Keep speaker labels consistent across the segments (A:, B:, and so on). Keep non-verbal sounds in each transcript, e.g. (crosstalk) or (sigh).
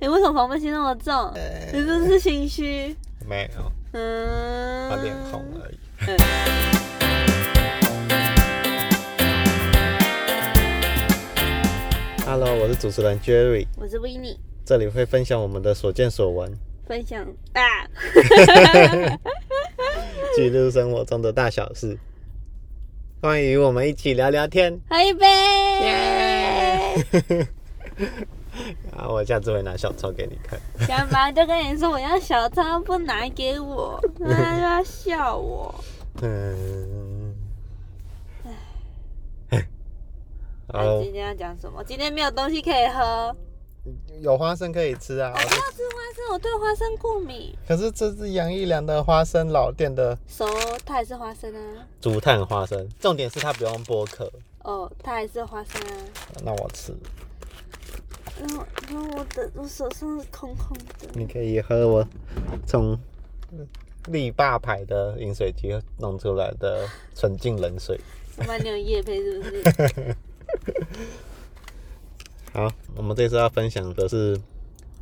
A: 你为什么防备心那么重？
B: 呃
A: 你是不是心虚？
B: 没有，
A: 嗯，
B: 我脸红而已。Hello，我是主持人 Jerry，
A: 我是 w i n n i e
B: 这里会分享我们的所见所闻，
A: 分享啊， (laughs)
B: 记录生活中的大小事，欢迎我们一起聊聊天。
A: 喝一杯。
B: 啊，我下次会拿小抄给你看。
A: 干嘛就跟你说我要小抄，不拿给我，他就要笑我。
B: (laughs) 嗯，
A: 那
B: (laughs) 好，
A: 今天要讲什么？今天没有东西可以喝。
B: 有花生可以吃 (laughs) 啊。
A: 不要吃花生，我对花生过敏。
B: 可是这是杨一良的花生老店的
A: 熟，它也是花生啊。
B: 竹炭花生，重点是它不用剥壳。
A: 哦，它也是花生啊。
B: 那我吃，
A: 然后，然后我的我手上是空空的。
B: (laughs) 你可以喝我从力霸牌的饮水机弄出来的纯净冷水。
A: 我买你有叶配是不是？
B: 好，我们这次要分享的是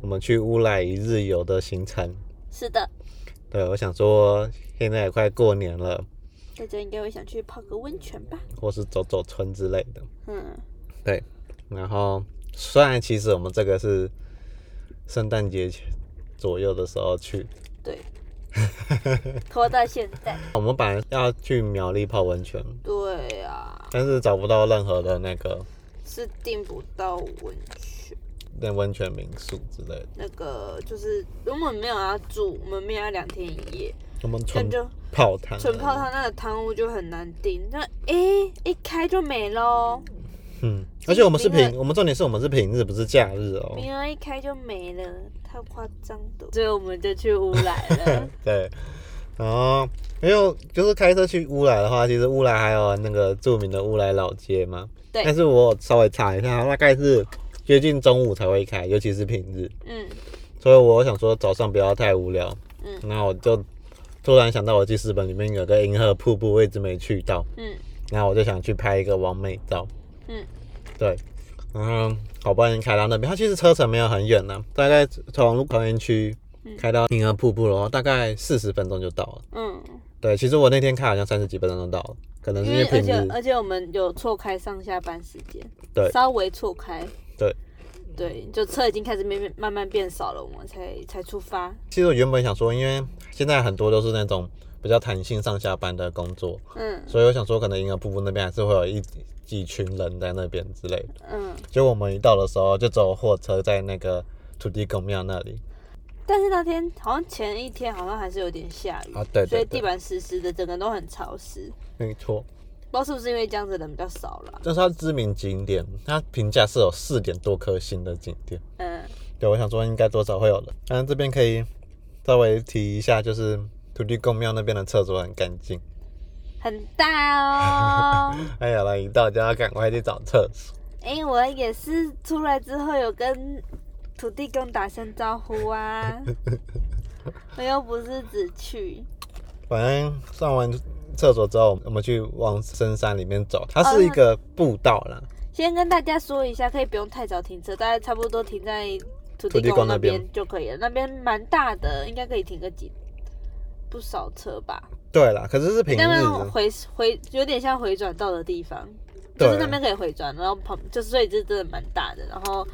B: 我们去乌来一日游的行程。
A: 是的，
B: 对，我想说现在也快过年了，
A: 大家应该会想去泡个温泉吧？
B: 或是走走村之类的。
A: 嗯，
B: 对，然后虽然其实我们这个是圣诞节前左右的时候去，
A: (laughs) 对。拖到现在。
B: 我们本来要去苗栗泡温泉，
A: 对啊，
B: 但是找不到任何的那个
A: 是订不到温泉。
B: 那温泉民宿之类的，
A: 那个就是我们没有要住，我们没有要两天一夜，
B: 我们纯
A: 但就
B: 泡汤，
A: 纯泡汤，那个汤屋就很难订，那诶、一开就没喽，
B: 嗯，而且我们是
A: 名额
B: 平，我们重点是我们是平日，不是假日哦。
A: 名额一开就没了，太夸张的，所以我们就去乌来 (laughs) 了。
B: 对，然后因为就是开车去乌来的话，其实乌来还有那个著名的乌来老街嘛。
A: 对
B: 但是我稍微查一下，大概是接近中午才会开，尤其是平日，
A: 嗯
B: 所以我想说早上不要太无聊。
A: 嗯
B: 那我就突然想到我记事本里面有个银河瀑布，我一直没去到，
A: 嗯
B: 然后我就想去拍一个完美照。
A: 嗯，
B: 对。然后好不容易开到那边，它其实车程没有很远呢、啊大概从桃园区开到银河瀑布的话，大概四十分钟就到了。
A: 嗯，
B: 对，其实我那天看好像三十几分钟就到了，可能是
A: 因
B: 因为
A: 为而
B: 平
A: 且
B: 日。
A: 而且我们有错开上下班时间，
B: 对
A: 稍微错开，
B: 对
A: 对，就车已经开始慢慢慢慢变少了，我们才才出发，
B: 其实我原本想说，因为现在很多都是那种比较弹性上下班的工作，
A: 嗯
B: 所以我想说，可能银河瀑布那边还是会有一几群人在那边之类的。
A: 嗯。
B: 结果我们一到的时候，就只有货车在那个土地公庙那里。
A: 但是那天好像前一天好像还是有点下雨
B: 啊对对
A: 所以
B: 对
A: 地板湿湿的，整个都很潮湿。
B: 没错，
A: 不知道是不是因为这样子人比较少了。
B: 这是它知名景点，它评价是有四点多颗星的景点。
A: 嗯
B: 对，我想说应该多少会有人。但是这边可以稍微提一下，就是土地公庙那边的厕所很干净。
A: 很大哦。
B: (laughs) 哎呀，来一到就要赶快去找厕所。
A: 哎、我也是出来之后有跟土地公打声招呼
B: (laughs)
A: 啊。我又不是只去，
B: 反正上完厕所之后，我们去往深山里面走，它是一个步道啦。
A: 先跟大家说一下，可以不用太早停车，大概差不多停在土
B: 土地
A: 地
B: 公
A: 公那
B: 那边
A: 边就可以了。那边蛮大的，应该可以停个几不少车吧。
B: 对啦，可是是平日
A: 哎那边
B: 的，
A: 回回有点像回转道的地方，
B: 对
A: 就是那边可以回转，然后旁就是所以这真的蛮大的，然后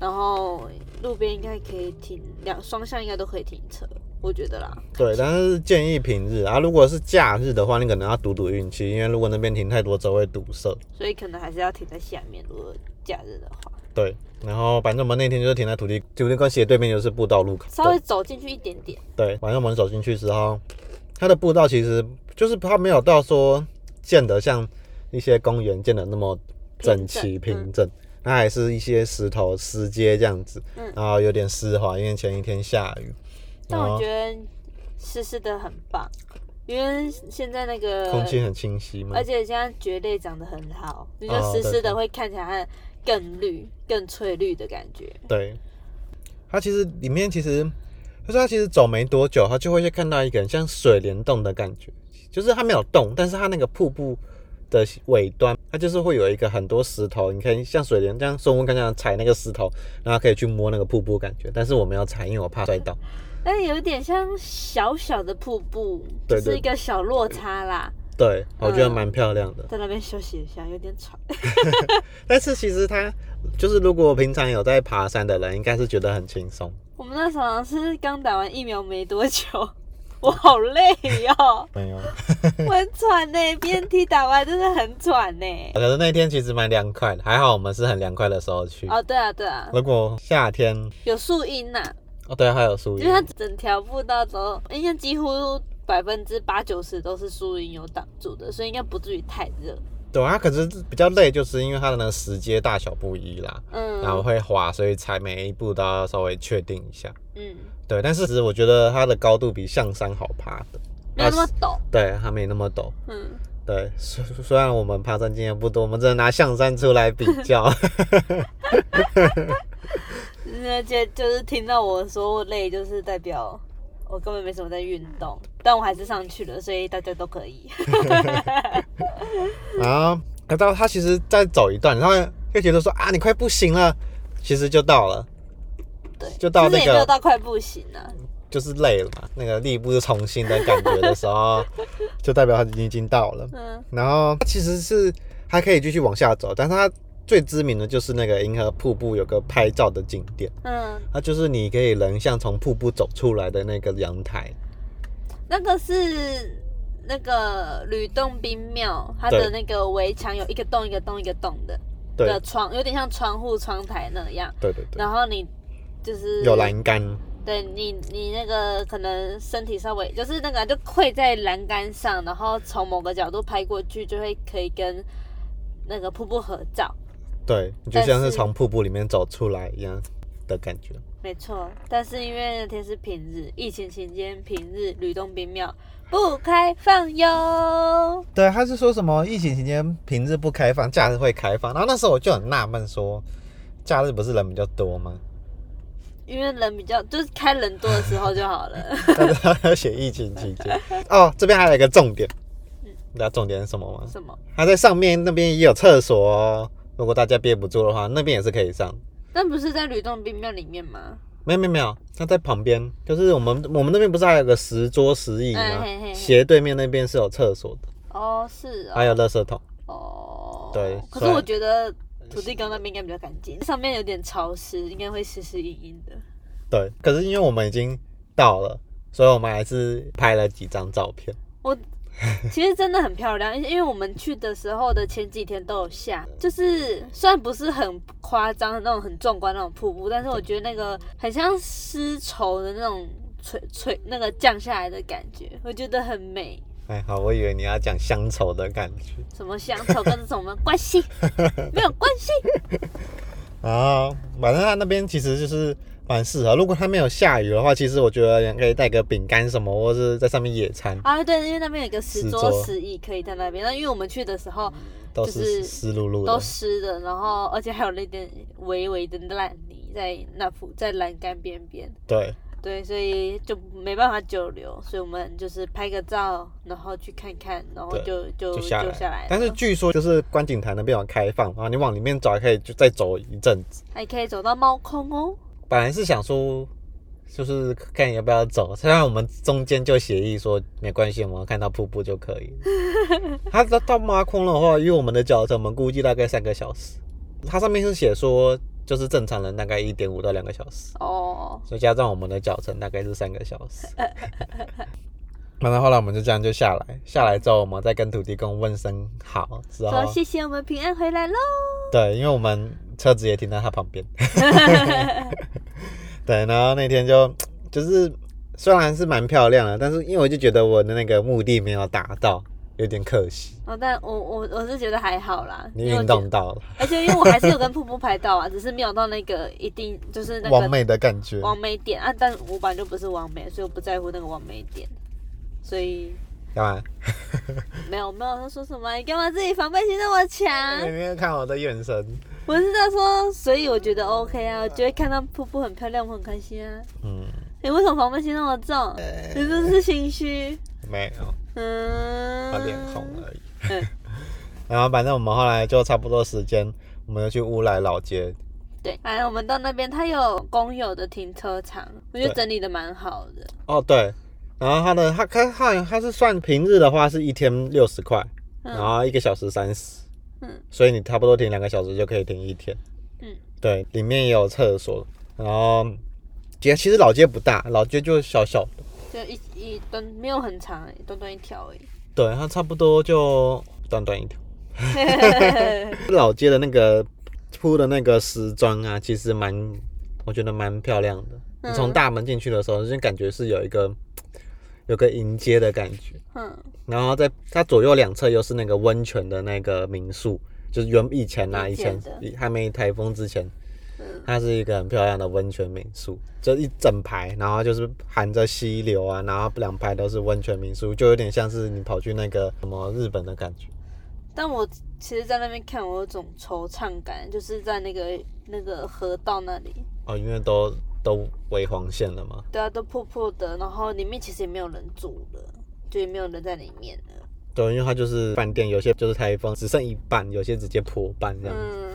A: 然后路边应该可以停两双向应该都可以停车，我觉得啦。
B: 对，但是建议平日啊。如果是假日的话，你可能要赌赌运气，因为如果那边停太多车会堵塞。
A: 所以可能还是要停在下面，如果假日的话，
B: 对，然后反正我们那天就是停在土地土地公斜对面就是步道路口。
A: 稍微走进去一点点，
B: 对，反正我们走进去之后，它的步道其实就是它没有到说建得像一些公园建的那么整齐
A: 平整嗯
B: 平整，它还是一些石头石阶这样子，
A: 嗯
B: 然后有点湿滑，因为前一天下雨，
A: 但
B: 然
A: 我
B: 后
A: 觉得湿湿的很棒，因为现在那个
B: 空气很清晰嘛
A: 而。且现在蕨类长得很好，你就
B: 哦
A: 湿湿
B: 对
A: 的
B: 对
A: 会看起来更绿、更翠绿的感觉。
B: 对，它其实里面其实就是它其实走没多久，它就会去看到一个很像水帘洞的感觉，就是它没有动，但是它那个瀑布的尾端，它就是会有一个很多石头，你可以像水帘这样孙悟空这样踩那个石头，然后可以去摸那个瀑布感觉。但是我没有踩，因为我怕摔倒。
A: 但有点像小小的瀑布，
B: 对
A: 就是
B: 对
A: 一个小落差啦，
B: 对，我觉得
A: 嗯
B: 蛮漂亮的。
A: 在那边休息一下，有点喘。 (laughs)
B: 但是其实它就是，如果平常有在爬山的人，应该是觉得很轻松。
A: 我们那时候好像是刚打完疫苗没多久， (laughs) 我好累哟、
B: 没有，
A: 我很喘呢、b 梯打完真的很喘呢、
B: 可是那天其实蛮凉快的，还好我们是很凉快的时候去。
A: 哦，对啊，对啊，
B: 如果夏天，
A: 有树荫呐，
B: 哦对，还有树
A: 因
B: 荫
A: 为，它整条步道都，应该几乎百分之八九十都是树荫有挡住的，所以应该不至于太热。
B: 对啊，可是比较累，就是因为它的那个石阶大小不一啦，然后
A: 嗯
B: 会滑，所以踩每一步都要稍微确定一下。
A: 嗯，
B: 对，但是其实我觉得它的高度比象山好爬的，
A: 没有那么陡，
B: 对，它没那么陡。
A: 嗯，
B: 对，虽虽然我们爬山经验不多，我们真的拿象山出来比较， (laughs)
A: 而且就是听到我说我累，就是代表我根本没什么在运动，但我还是上去了，所以大家都可以。 (laughs)
B: 然后他到他其实再走一段，然后又觉得说啊，你快不行了，其实就到了，
A: 对，
B: 就到
A: 其实
B: 那
A: 也没有
B: 个
A: 到快不行啊，
B: 就是累了嘛，那个力不从心的感觉的时候，就代表他已经到了。
A: 嗯
B: 然后它其实是还可以继续往下走，但是它最知名的就是那个银河瀑布有个拍照的景点，
A: 嗯，
B: 它就是你可以人像从瀑布走出来的那个阳台。
A: 那个是那个吕洞宾庙，它的
B: 对
A: 那个围墙有一个洞一个洞一个洞的
B: 对
A: 的窗，有点像窗户窗台那样。
B: 对对对，
A: 然后你就是
B: 有栏杆，
A: 对你你那个可能身体稍微就是那个就跪在栏杆上，然后从某个角度拍过去，就会可以跟那个瀑布合照。
B: 对，你就
A: 但
B: 像是
A: 是
B: 从瀑布里面走出来一样的感觉。
A: 没错，但是因为那天是平日，疫情期间平日吕洞宾庙不开放哟。
B: 对，他是说什么疫情期间平日不开放，假日会开放。然后那时候我就很纳闷说，假日不是人比较多 (laughs) 吗？
A: 因为人比较就是开人多的时候就好
B: (laughs)
A: 了。
B: 但是他要写疫情期间。哦，这边还有一个重点，你知道重点是什么吗？
A: 什么？
B: 它在上面那边也有厕所哦。如果大家憋不住的话，那边也是可以上。
A: 那不是在吕洞宾庙里面吗？
B: 没有没有没有，它在旁边，就是我们我们那边不是还有个十桌十椅吗？
A: 嗯嘿嘿嘿
B: 斜对面那边是有厕所的，
A: 哦，是哦。
B: 还有垃圾桶。
A: 哦。
B: 对
A: 可
B: 虽
A: 是
B: 然
A: 我觉得土地公那边应该比较干净，上面有点潮湿，应该会湿湿阴阴
B: (laughs)
A: 的。
B: 对，可是因为我们已经到了，所以我们还是拍了几张照片。
A: 我其实真的很漂亮，因为因为我们去的时候的前几天都有下，就是虽然不是很夸张的那种很壮观那种瀑布，但是我觉得那个很像丝绸的那种垂垂那个降下来的感觉，我觉得很美。
B: 哎，好，我以为你要讲乡愁的感觉。
A: 什么乡愁跟什么关
B: (laughs)
A: 系？没有关系。
B: 然后，反正它那边其实就是蛮适合。如果它没有下雨的话，其实我觉得也可以带个饼干什么，或是在上面野餐，
A: 啊，对，因为那边有一个石
B: 石
A: 桌
B: 桌
A: 石椅可以在那边，那因为我们去的时候
B: 都
A: 就是
B: 是湿漉漉的。
A: 都湿的，然后而且还有那点微微的烂泥在那附在栏杆边边，
B: 对，
A: 对，所以就没办法久留，所以我们就是拍个照，然后去看看，然后
B: 对
A: 就就
B: 就
A: 就
B: 下来。
A: 下来了，
B: 但是据说就是观景台那边有开放，然后你往里面走还可以就再走一阵子。
A: 还可以走到猫空哦。
B: 本来是想说，就是看要不要走，虽然我们中间就协议说没关系，我们看到瀑布就可
A: (laughs)
B: 以了。它到到马空的话，因为我们的脚程，我们估计大概三个小时。它上面是写说，就是正常人大概一点五到两个小时，
A: 哦，
B: 所以加上我们的脚程大概是三个小
A: (laughs)
B: 时。然后后来我们就这样就下来，下来之后我们再跟土地公问声好之后
A: 说，谢谢我们平安回来喽。
B: 对，因为我们车子也停在他旁
A: (laughs)
B: 边。对，然后那天就就是虽然是蛮漂亮的，但是因为我就觉得我的那个目的没有达到，有点可惜。
A: 哦，但我我我是觉得还好啦，
B: 你
A: 因为我
B: 运
A: 觉得
B: 动到了，
A: 而且因为我还是有跟瀑布拍到啊，只 (laughs) 是没有到那个一定就是那
B: 完
A: 个
B: 美的感觉。
A: 完美点啊。但我本来就不是完美，所以我不在乎那个完美点，所以
B: 干嘛？
A: 没有没有他说什么，你干嘛自己防备心那么
B: 你
A: 强？
B: 没有看我的眼神？
A: 我是在说，所以我觉得 OK 啊，我觉得看到瀑布很漂亮，我很开心啊。
B: 嗯，
A: 你为什么防备心那么重？你是不是心虚？
B: 没有，
A: 嗯，
B: 我脸红而已。
A: 嗯
B: (laughs) 然后反正我们后来就差不多时间，我们就去乌来老街。
A: 对，反正我们到那边，它有公有的停车场，我觉得整理的蛮好的。
B: 哦，对，然后它的它它它它是算平日的话是一天六十块，
A: 嗯
B: 然后一个小时三十，
A: 嗯，
B: 所以你差不多停两个小时就可以停一天。
A: 嗯，
B: 对，里面也有厕所，然后街其实老街不大，老街就小小的，
A: 就一一端没有很长、欸，短短一条而已。
B: 对，它差不多就短短一条。老街的那个铺的那个石砖啊，其实蛮，我觉得蛮漂亮的。你从
A: 嗯
B: 大门进去的时候，就感觉是有一个有个迎接的感觉。
A: (laughs) 嗯，
B: 然后在它左右两侧又是那个温泉的那个民宿，就是原以前呐、啊，以
A: 以
B: 前
A: 前
B: 以还没台风之前，它是一个很漂亮的温泉民宿，就一整排，然后就是含着溪流啊，然后两排都是温泉民宿，就有点像是你跑去那个什么日本的感觉。
A: 但我其实，在那边看，我有种惆怅感，就是在那个那个河道那里，
B: 哦，因为都都围黄线了嘛。
A: 对啊，都破破的，然后里面其实也没有人住了，就也没有人在里面了。
B: 对，因为它就是饭店，有些就是台风只剩一半，有些直接破半这样。
A: 嗯，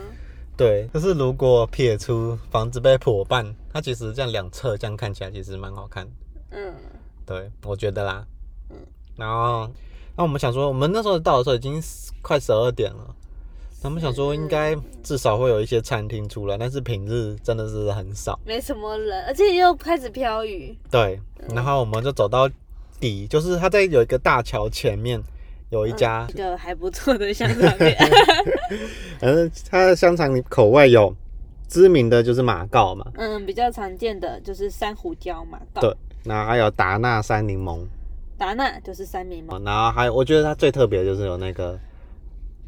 B: 对，就是如果撇出房子被破半，它其实这样两侧这样看起来其实蛮好看的。
A: 嗯，
B: 对，我觉得啦。
A: 嗯
B: 然后，那我们想说，我们那时候到的时候已经快十二点了，他们想说应该至少会有一些餐厅出来，但是平日真的是很少。
A: 没什么人，而且又开始飘雨。
B: 对，然后我们就走到底，就是它在有一个大桥前面有一家
A: 一个还不错的香肠
B: (laughs)
A: 店，
B: 反正嗯呃它的香肠口味有知名的就是马告嘛，
A: 嗯，比较常见的就是珊瑚礁嘛，到
B: 对，然后还有达纳山柠檬，
A: 达纳就是三明嘛，
B: 然后还有我觉得它最特别的就是有那个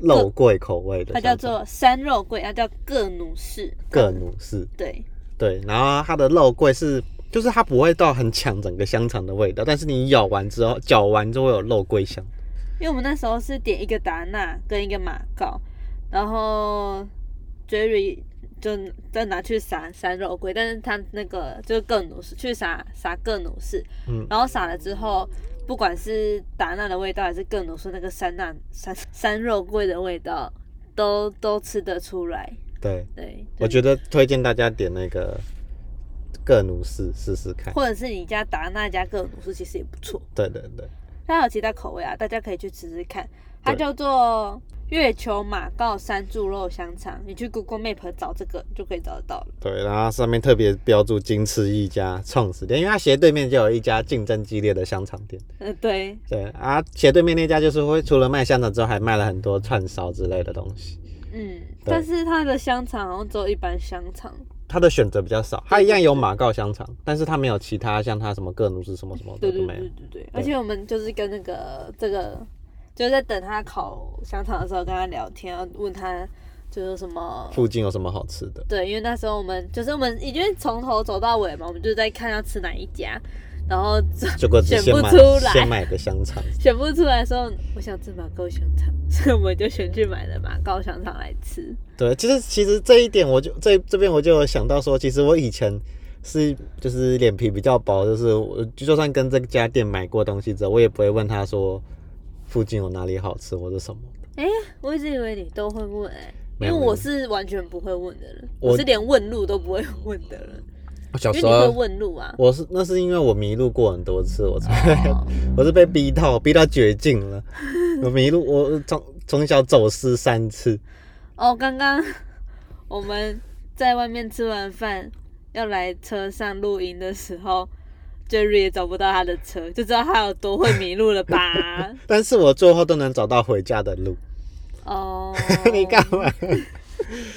B: 肉桂口味的
A: 它
B: 香肠，
A: 叫做山肉桂，它叫各努士，
B: 各努士，
A: 对，
B: 对，然后它的肉桂是。就是它不会到很抢整个香肠的味道，但是你咬完之后，嚼完就会有肉桂香。
A: 因为我们那时候是点一个达纳跟一个马告，然后 Jerry 就再拿去撒山肉桂，但是他那个就是各努士去撒撒各努士，
B: 嗯
A: 然后撒了之后，不管是达纳的味道还是各努士那个山纳山山肉桂的味道，都都吃得出来，
B: 对，
A: 对，得。
B: 我觉得推荐大家点那个各努士试试看。
A: 或者是你家达那家各种卤素其实也不错。
B: 对对对，
A: 它还有其他口味啊，大家可以去吃吃看。它
B: 对
A: 叫做月球马告山猪肉香肠，你去 Google Map 找这个就可以找得到了。
B: 对，然后上面特别标注“金吃一家创始店”，因为它斜对面就有一家竞争激烈的香肠店。
A: 嗯， (laughs) 对，
B: 对啊，斜对面那家就是会除了卖香肠之后，还卖了很多串烧之类的东西。
A: 嗯，但是它的香肠好像只有一般香肠，
B: 它的选择比较少，它一样有马告香肠，但是它没有其他像它什么各奴是什么什么
A: 对
B: 的
A: 对
B: 都
A: 对
B: 没有
A: 对。对。而且我们就是跟那个这个，就是在等他烤香肠的时候跟他聊天，然后问他就是什么。
B: 附近有什么好吃的？
A: 对，因为那时候我们就是我们已经从头走到尾嘛，我们就在看要吃哪一家，然后
B: 结果只先
A: 选不
B: 买
A: 出来
B: 先买个香肠，
A: 选不出来说我想吃马告香肠，所以我们就选去买了马 (laughs) 告香肠来吃。
B: 对，其实其实这一点我就这这边我就有想到说，其实我以前是就是脸皮比较薄，就是我就算跟这家店买过东西之后，我也不会问他说附近有哪里好吃或者什么。
A: 我一直以为你都会问、欸，
B: 没
A: 因
B: 有
A: 为我是完全不会问的人，
B: 我
A: 我是连问路都不会问的人，
B: 我小
A: 因为你会问路啊。哦
B: 我是那是因为我迷路过很多次，我才、我是被逼到逼到绝境了。我迷路，我从从小走失三次。
A: 哦，刚刚我们在外面吃完饭要来车上露营的时候。Jerry 也找不到他的车，就知道他有多会迷路了
B: (laughs)
A: 吧？
B: 但是我最后都能找到回家的路， (laughs)
A: 哦，
B: 你干嘛？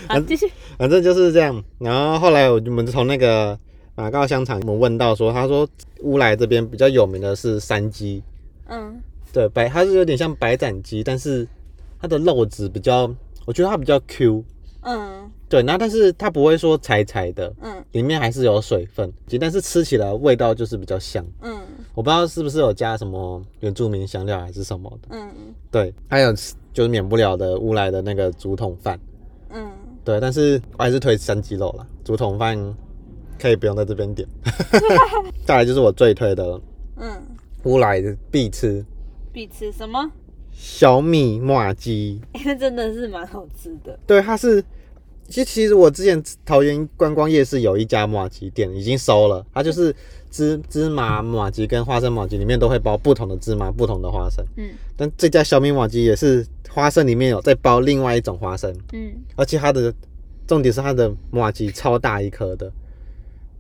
A: 好，继续。
B: 反正就是这样。然后后来我们从那个马告香肠，我们问到说，他说乌来这边比较有名的是山鸡，
A: 嗯，
B: 对，白它是有点像白斩鸡，但是它的肉质比较，我觉得它比较 Q，
A: 嗯
B: 对，那但是它不会说柴柴的，
A: 嗯
B: 里面还是有水分，但是吃起来味道就是比较香。
A: 嗯
B: 我不知道是不是有加什么原住民香料还是什么的，
A: 嗯
B: 对，还有就是免不了的乌来的那个竹筒饭，
A: 嗯，
B: 对，但是我还是推山鸡肉啦，竹筒饭可以不用在这边点。 (laughs) 再来就是我最推的了
A: 嗯，
B: 乌来必吃
A: 必吃什么？
B: 小米麻鸡，
A: (laughs) 因为真的是蛮好吃的。
B: 对，它是。其其实我之前桃园观光夜市有一家麻鸡店，已经收了。它就是芝芝麻麻鸡跟花生麻鸡里面都会包不同的芝麻、不同的花生。
A: 嗯
B: 但这家小米麻鸡也是花生里面有再包另外一种花生，
A: 嗯，
B: 而且它的重点是它的麻鸡超大一颗的，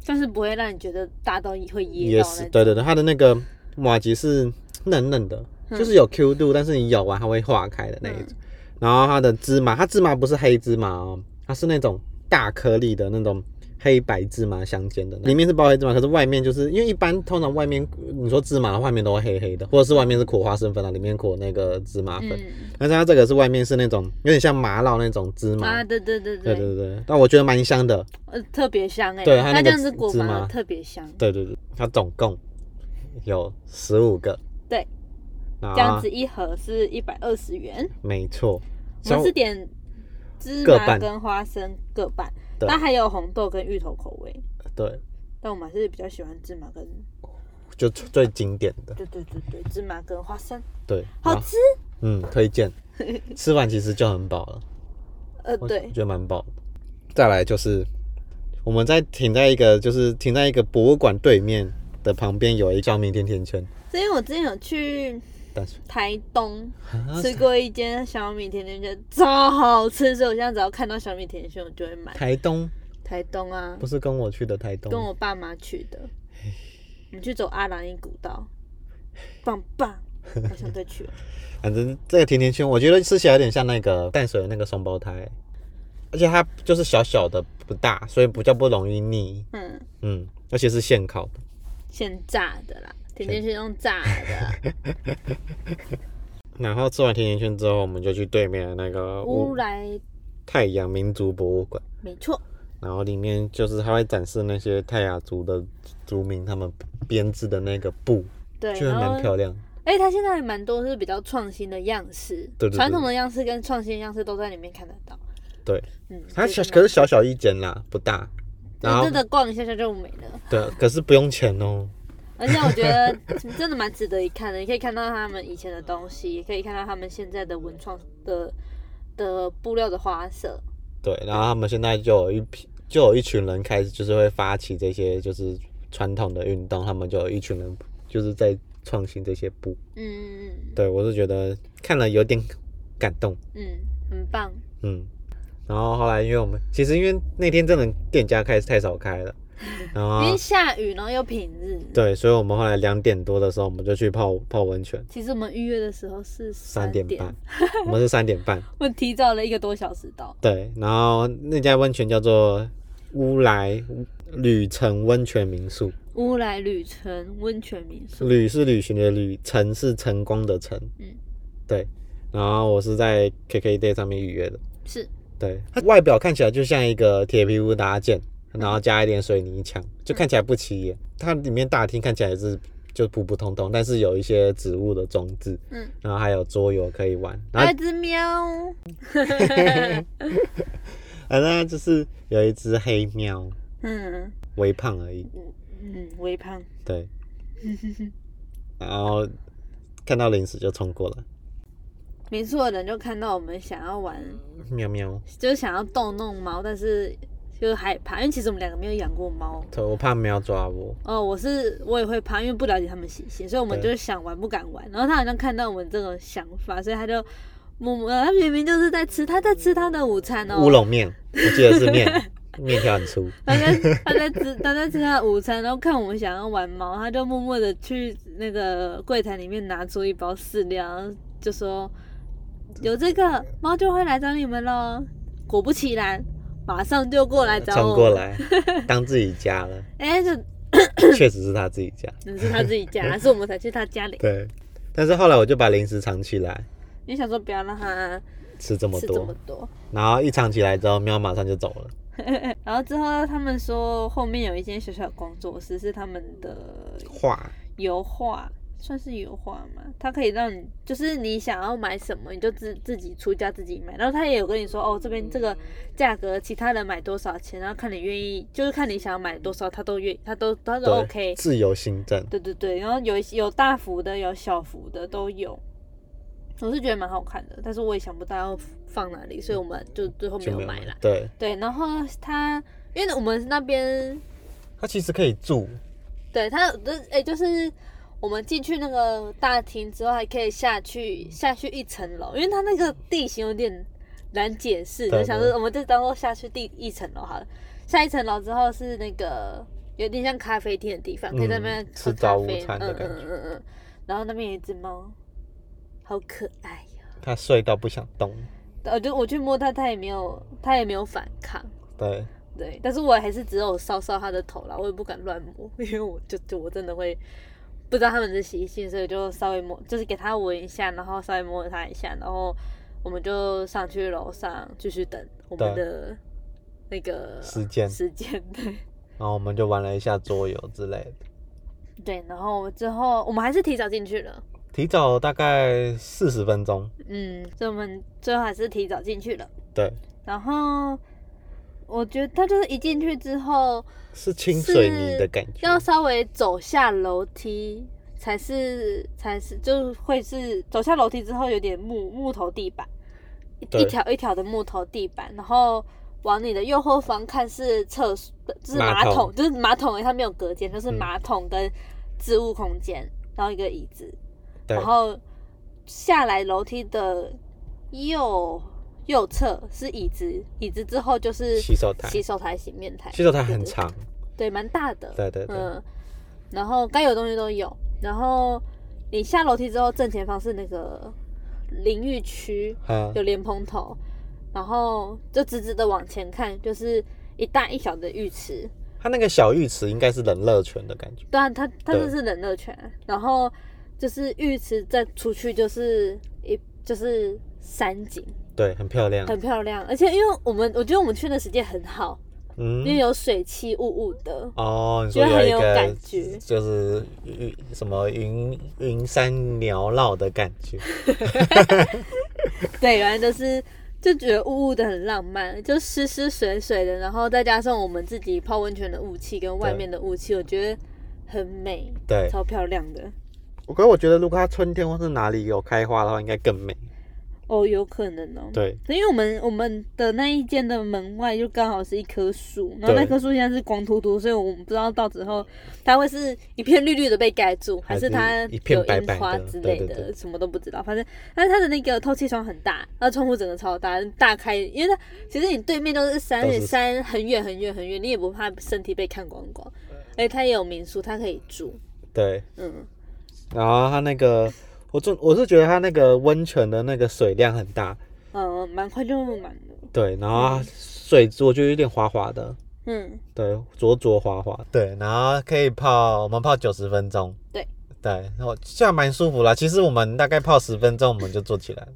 A: 但是不会让你觉得大到会噎
B: 也
A: 到
B: 是
A: 那种。
B: 对对对，它的那个麻吉是嫩嫩的，
A: 嗯
B: 就是有 Q 度，但是你咬完它会化开的那一种。
A: 嗯
B: 然后它的芝麻，它芝麻不是黑芝麻哦，它是那种大颗粒的那种黑白芝麻相间的，里面是包黑芝麻，可是外面就是因为一般通常外面你说芝麻的外面都会黑黑的，或者是外面是裹花生粉啊，里面裹那个芝麻粉。
A: 嗯
B: 但是它这个是外面是那种有点像麻烙那种芝麻，
A: 啊，对对对
B: 对对对，但我觉得蛮香的。
A: 呃，特别香哎、
B: 对它那
A: 它
B: 个
A: 这样子裹
B: 芝
A: 麻
B: 麻啊
A: 特别香，
B: 对对对，它总共有十五个。
A: 对，
B: 这
A: 这样子一盒是一百二十元。
B: 没错，
A: 我们
B: 所
A: 是
B: 以
A: 点芝
B: 各
A: 麻
B: 半
A: 跟花生各半，
B: 对
A: 那还有红豆跟芋头口味，
B: 对，
A: 但我们还是比较喜欢芝麻跟，
B: 就最经典的，
A: 对对对对，芝麻跟花生，
B: 对，
A: 好
B: 然后
A: 吃。
B: 嗯，推荐。吃完其实就很饱了，
A: 呃，
B: 我
A: 对
B: 觉，得蛮饱的。再来就是我们在停在一个就是停在一个博物馆对面的旁边有一个小米甜甜圈，
A: 是因为我之前有去
B: 但是
A: 台东
B: 啊
A: 吃过一间小米甜甜圈，超好吃，所以我现在只要看到小米甜甜圈，我就会买。
B: 台东
A: 台东啊
B: 不，是跟我去的台东，
A: 跟我爸妈去的，我们去走阿兰伊古道，棒棒，好想再去哦。
B: 反正这个甜甜圈，我觉得吃起来有点像那个淡水的那个双胞胎，而且它就是小小的不大，所以比较不容易腻。
A: 嗯，
B: 嗯，而且是现烤的。
A: 现炸的啦，甜甜圈用炸的啦，
B: 然后吃完甜甜圈之后，我们就去对面的那个
A: 乌
B: 乌
A: 来，
B: 太阳民族博物馆，
A: 没错，
B: 然后里面就是它会展示那些泰雅族的族民他们编织的那个布，
A: 对，
B: 就还
A: 然后
B: 蛮，漂亮。
A: 哎，它现在还蛮多是比较创新的样式，
B: 对对对
A: 传统的样式跟创新的样式都在里面看得到，
B: 对，
A: 嗯，
B: 它
A: 所
B: 小
A: 以
B: 可是小小一间啦，不大。然
A: 蛮
B: 后
A: 真的逛一下下就没了。
B: 对，可是不用钱哦。
A: 而且我觉得 (laughs) 真的蛮值得一看的，你可以看到他们以前的东西，也可以看到他们现在的文创的的布料的花色。
B: 对，然后他们现在就有一批，就有一群人开始就是会发起这些就是传统的运动，他们就有一群人就是在创新这些布。
A: 嗯
B: 对我是觉得看了有点感动，
A: 嗯，很棒。
B: 嗯。然后后来因为我们其实因为那天真的店家开始太少开了，然
A: 因为
B: 后
A: 下雨，然后又平日。
B: 啊对，所以我们后来两点多的时候我们就去泡泡温泉，
A: 其实我们预约的时候是
B: 三
A: 点
B: 点半，我们是三点半，
A: 我提早了一个多小时到。
B: 对，然后那家温泉叫做乌来旅程温泉民宿，
A: 乌来旅程温泉民宿，
B: 旅是旅行的旅，成是成功的成。
A: 嗯，
B: 对。然后我是在 KKday 上面预约的。
A: 是
B: 对，它外表看起来就像一个铁皮屋搭建，然后加一点水泥墙，就看起来不起眼。它里面大厅看起来也是就普普通通，但是有一些植物的装置，
A: 嗯，哎
B: 然后还有桌游可以玩。然
A: 还有一
B: 后
A: 只喵，
B: 反正就是有一只黑喵，
A: 嗯
B: 微胖而已。
A: 嗯，微胖， (laughs)
B: 对，然后看到零食就冲过来，
A: 没错，人就看到我们想要玩
B: 喵喵。
A: 就是想要逗弄猫，但是就是害怕，因为其实我们两个没有养过猫。
B: 对，我怕喵抓我。
A: 哦，我是我也会怕，因为不了解它们习性，所以我们就是想玩不敢玩。然后它好像看到我们这种想法，所以它就默默，它明明就是在吃，它在吃它的午餐哦。
B: 乌龙面，我记得是
A: (laughs)
B: 面，面条很粗。
A: 它在它在吃它在吃它的午餐，然后看我们想要玩猫，它就默默的去那个柜台里面拿出一包饲料，然后就说有这个猫就会来找你们喽。果不其然，马上就过来找我
B: 冲
A: 们。
B: 过来，当自己
A: (laughs)
B: 家了，
A: 哎、这
B: 确实是他自己家。
A: 那是他自己
B: (laughs)
A: 家，是我们才去他家里。
B: 对，但是后来我就把零食藏起来，
A: 你想说不要让他
B: 吃这么
A: 吃这么
B: 多，
A: 多，
B: 然后一藏起来之后，喵马上就走了。
A: (laughs) 然后之后他们说后面有一间小小的工作室是他们的
B: 画，
A: 油画，算是油画嘛，它可以让你就是你想要买什么你就自自己出价自己买，然后他也有跟你说哦这边这个价格，其他人买多少钱，然后看你愿意，就是看你想要买多少，他都愿他都他都
B: 对
A: OK，
B: 自由行政。
A: 对对对，然后有一些有大幅的有小幅的都有，我是觉得蛮好看的，但是我也想不到要放哪里，所以我们就最后没
B: 就
A: 有
B: 没有
A: 买啦。
B: 对，
A: 对，然后它因为我们那边
B: 它其实可以住，
A: 对它有的哎、就是我们进去那个大厅之后，还可以下去下去一层楼，因为它那个地形有点难解释，
B: 对
A: 就想
B: 对
A: 说我们就当做下去第一层楼好了。下一层楼之后是那个有点像咖啡厅的地方，可以在那边
B: 嗯
A: 喝
B: 吃
A: 咖
B: 早午
A: 啡，
B: 餐的感
A: 嗯嗯嗯嗯嗯。然后那边有一只猫，好可爱呀、
B: 它睡到不想动。
A: 我就我去摸它，它也没有，它也没有反抗。
B: 对，
A: 对，但是我还是只有搔搔它的头啦，我也不敢乱摸，因为我就就我真的会不知道它们的习性，所以就稍微摸，就是给它闻一下，然后稍微摸它一下，然后我们就上去楼上继续等我们
B: 对
A: 的那个
B: 时间
A: 时间对。 (laughs)
B: 然后我们就玩了一下桌游之类的。
A: 对，然后之后我们还是提早进去了，
B: 提早大概四十分钟，
A: 嗯，所以我们最后还是提早进去了。
B: 对，
A: 然后我觉得它就是一进去之后，
B: 是清水泥的感觉
A: 要。稍微走下楼梯才是才是就会是走下楼梯之后有点木木头地板，一
B: 对
A: 一条一条的木头地板，然后往你的右后方看是厕所，就是马
B: 马桶
A: 桶，就是马桶而已，它没有隔间，就是
B: 嗯
A: 马桶跟置物空间，然后一个椅子，
B: 对
A: 然后下来楼梯的右右侧是椅子，椅子之后就是
B: 洗手台
A: 洗手台、洗面台。
B: 洗手台
A: 对
B: 很
A: 对
B: 长，
A: 对，蛮大的。
B: 对对对
A: 嗯，然后该有的东西都有。然后你下楼梯之后，正前方是那个淋浴区，
B: 嗯
A: 有，莲蓬头，然后就直直的往前看，就是一大一小的浴池。
B: 它那个小浴池应该是冷热泉的感觉。
A: 对啊，它它
B: 对
A: 这是冷热泉，然后就是浴池再出去就是一就是山景，
B: 对，很漂亮。
A: 很漂亮。而且因为我们我觉得我们去的时间很好，因为
B: 嗯，
A: 有水汽雾雾的。
B: 哦，你说
A: 觉得很
B: 有一
A: 有
B: 个
A: 感觉
B: 就是云什么云云山缭绕的感觉。
A: (laughs) 对，原来就是就觉得雾雾的很浪漫，就湿湿水水的，然后再加上我们自己泡温泉的雾气跟外面的雾气，我觉得很美，
B: 对，
A: 超漂亮的。
B: 我可是我觉得如果它春天或是哪里有开花的话，应该更美。
A: 哦，有可能哦。。
B: 对，
A: 因为我们我们的那一间的门外就刚好是一棵树，然后那
B: 对
A: 棵树现在是光秃秃，所以我们不知道到时候它会是一片绿绿的被盖住，还
B: 还
A: 是
B: 是
A: 它
B: 一片
A: 有
B: 白
A: 樱
B: 白
A: 花
B: 的
A: 之
B: 对
A: 类
B: 对
A: 的，
B: 对
A: 什么都不知道。反正，但是它的那个透气窗很大，它窗户整个超大，大开，因为它其实你对面都是山，
B: 都
A: 而
B: 是
A: 且山很远很远很远，你也不怕身体被看光光。而且它也有民宿，它可以住，
B: 对，
A: 嗯，
B: 然后它那个，我就我是觉得它那个温泉的那个水量很大，
A: 嗯，蛮快就满了，
B: 对，然后它水质我觉得有点滑滑的，
A: 嗯，
B: 对，灼灼滑滑，对，然后可以泡，我们泡九十分钟，
A: 对，
B: 对，我这样蛮舒服啦。其实我们大概泡十分钟我们就坐起来了，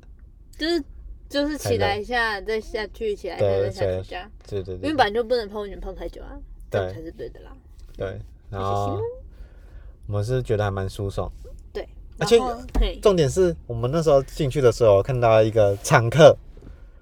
A: 就是就是
B: 太
A: 起来
B: 累
A: 一下，再下去，起来一下，
B: 对
A: 再下
B: 起来
A: 去这样。
B: 对对
A: 因为
B: 对
A: 本来就不能泡温泉泡太久啊，这样才
B: 对
A: 是对的啦。
B: 对，然后我们是觉得还蛮舒爽。
A: 对，
B: 而且
A: 然后嘿，
B: 重点是我们那时候进去的时候，看到一个常客，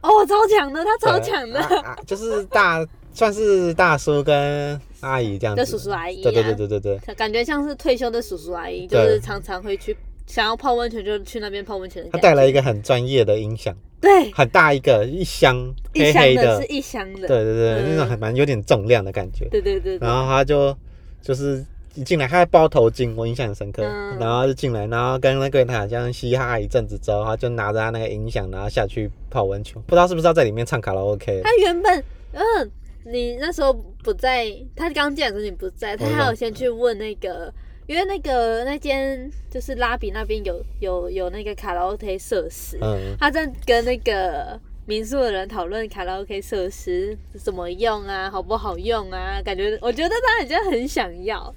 A: 哦，超强的，他超
B: 对
A: 强的，
B: 啊啊就是大 (laughs) 算是大叔跟阿姨这样子，
A: 就叔叔阿姨啊
B: 对对对对对对
A: 感觉像是退休的叔叔阿姨，就
B: 对
A: 是常常会去想要泡温泉就去那边泡温泉的
B: 他
A: 感觉。
B: 带来一个很专业的音响，
A: 对，
B: 很大一个，一箱
A: 一
B: 黑
A: 箱
B: 黑
A: 的是一箱的，
B: 对对对，
A: 嗯
B: 那种还蛮有点重量的感觉。
A: 对对对对
B: 然后他就就是一进来，他还包头巾，我印象很深刻。
A: 嗯
B: 然后就进来，然后跟那个柜台这样嘻哈一阵子之后，他就拿着他那个音响，然后下去泡温泉，不知道是不是要在里面唱卡拉 OK。
A: 他原本嗯。你那时候不在，他刚进来的时候你不在，他
B: 我知道
A: 还有先去问那个，因为那个那间就是拉比那边有有有那个卡拉 OK 设施，
B: 嗯，
A: 他在跟那个民宿的人讨论卡拉 OK 设施怎么用啊，好不好用啊？感觉我觉得他好像很想要，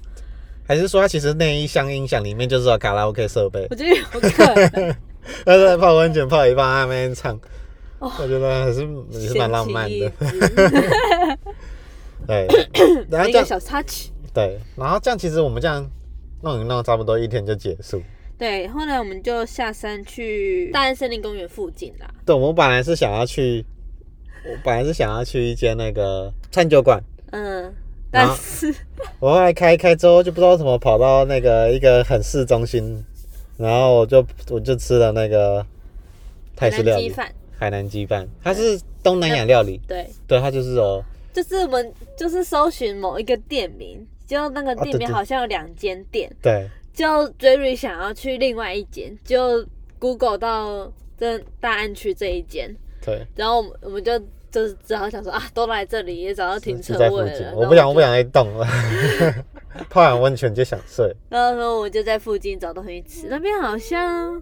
B: 还是说他其实那一箱音响里面就是有卡拉 OK 设备
A: 我，觉得有
B: (laughs)
A: 可能
B: 他在泡温泉泡一半，他在那边唱，
A: 哦
B: 我觉得还是也是蛮浪漫的。
A: 嗯
B: 对，然后
A: 一个
B: 这样
A: 小插曲。
B: 对，然后这样其实我们这样弄一弄，差不多一天就结束。
A: 对，后来我们就下山去大安森林公园附近啦。
B: 对，我们本来是想要去，我本来是想要去一间那个餐酒馆，
A: 嗯，但是
B: 啊我后来开一开之后就不知道怎么跑到那个一个很市中心，然后我就我就吃了那个泰式料
A: 鸡
B: 理，
A: 饭，
B: 海南鸡饭，它是东南亚料理，
A: 对，
B: 对，它就是哦，
A: 就是我们就是搜寻某一个店名，结果那个
B: 啊
A: 店
B: 对
A: 名
B: 对
A: 好像有两间店，
B: 对，
A: 就 Jerry 想要去另外一间，就 Google 到这大安区这一间，
B: 对，
A: 然后我们我们就就是只好想说啊，都来这里也找到停
B: 是
A: 车
B: 在附
A: 位
B: 近
A: 了，，
B: 我不想，我不
A: 然后就
B: 想再动了， (laughs) 泡完温泉就想睡，
A: 然后说我就在附近找东西吃，那边好像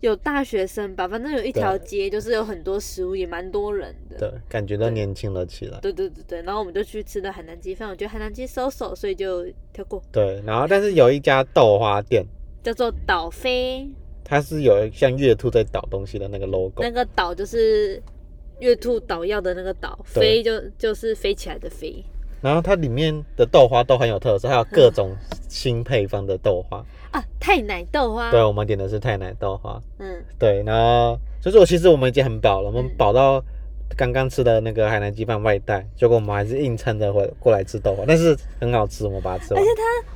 A: 有大学生吧，反正有一条街，就是有很多食物，也蛮多人的。
B: 对，感觉到年轻了起来，
A: 对对对对，然后我们就去吃的海南鸡饭，我觉得海南鸡收手，所以就跳过，
B: 对，然后但是有一家豆花店，
A: 叫做岛飞，
B: 它是有像月兔在倒东西的那个 logo，
A: 那个岛就是月兔岛药的那个岛，
B: 对
A: 飞就就是飞起来的飞。
B: 然后它里面的豆花都很有特色，还有各种新配方的豆花。
A: 啊，太奶豆花，
B: 对，我们点的是泰奶豆花。
A: 嗯，
B: 对，然后就是我其实我们已经很饱了，我们饱到刚刚吃的那个海南鸡饭外带，结果我们还是硬撑着回过来吃豆花，但是很好吃，我们把它吃完
A: 而。且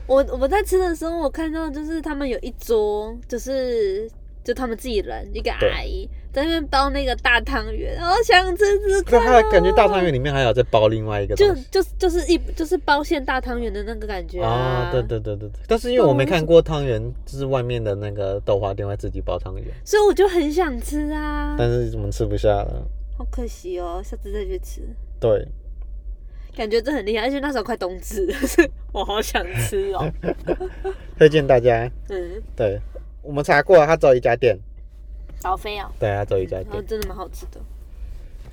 A: 我我们在吃的时候，我看到就是他们有一桌，就是就他们自己人，一个
B: 对
A: 阿姨在那边包那个大汤圆，然后想吃吃
B: 可
A: 看、啊
B: 是它的感觉大汤圆里面还有在包另外一个
A: 就
B: 东西。
A: 就就是一就是包馅大汤圆的那个感觉
B: 啊，对，对对对对，但是因为我没看过汤圆，就是外面的那个豆花店会自己包汤圆，
A: 所以我就很想吃啊，
B: 但是我们吃不下了。
A: 好可惜哦，下次再去吃。
B: 对，
A: 感觉这很厉害，而且那时候快冬至了， (laughs) 是我好想吃
B: (laughs)
A: 哦。
B: 推荐大家。
A: 嗯，
B: 对，我们查过了，它只有一家店，
A: 倒飞哦，
B: 对，它只有一家
A: 然
B: 店
A: 后。真的蛮好吃的，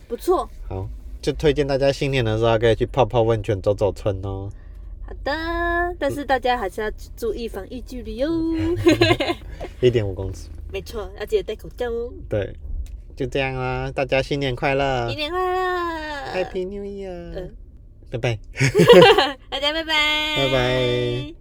A: 不错。
B: 好，就推荐大家新年的时候可以去泡泡温泉、走走村哦。
A: 好的，但是大家还是要注意防疫距离哦。
B: 一点五公尺。
A: 没错，要记得戴口罩哦。
B: 对，就这样啦，大家新年快乐
A: 新年快乐
B: ，Happy New Year，
A: 嗯
B: 拜拜。
A: 大家拜拜，
B: 拜拜。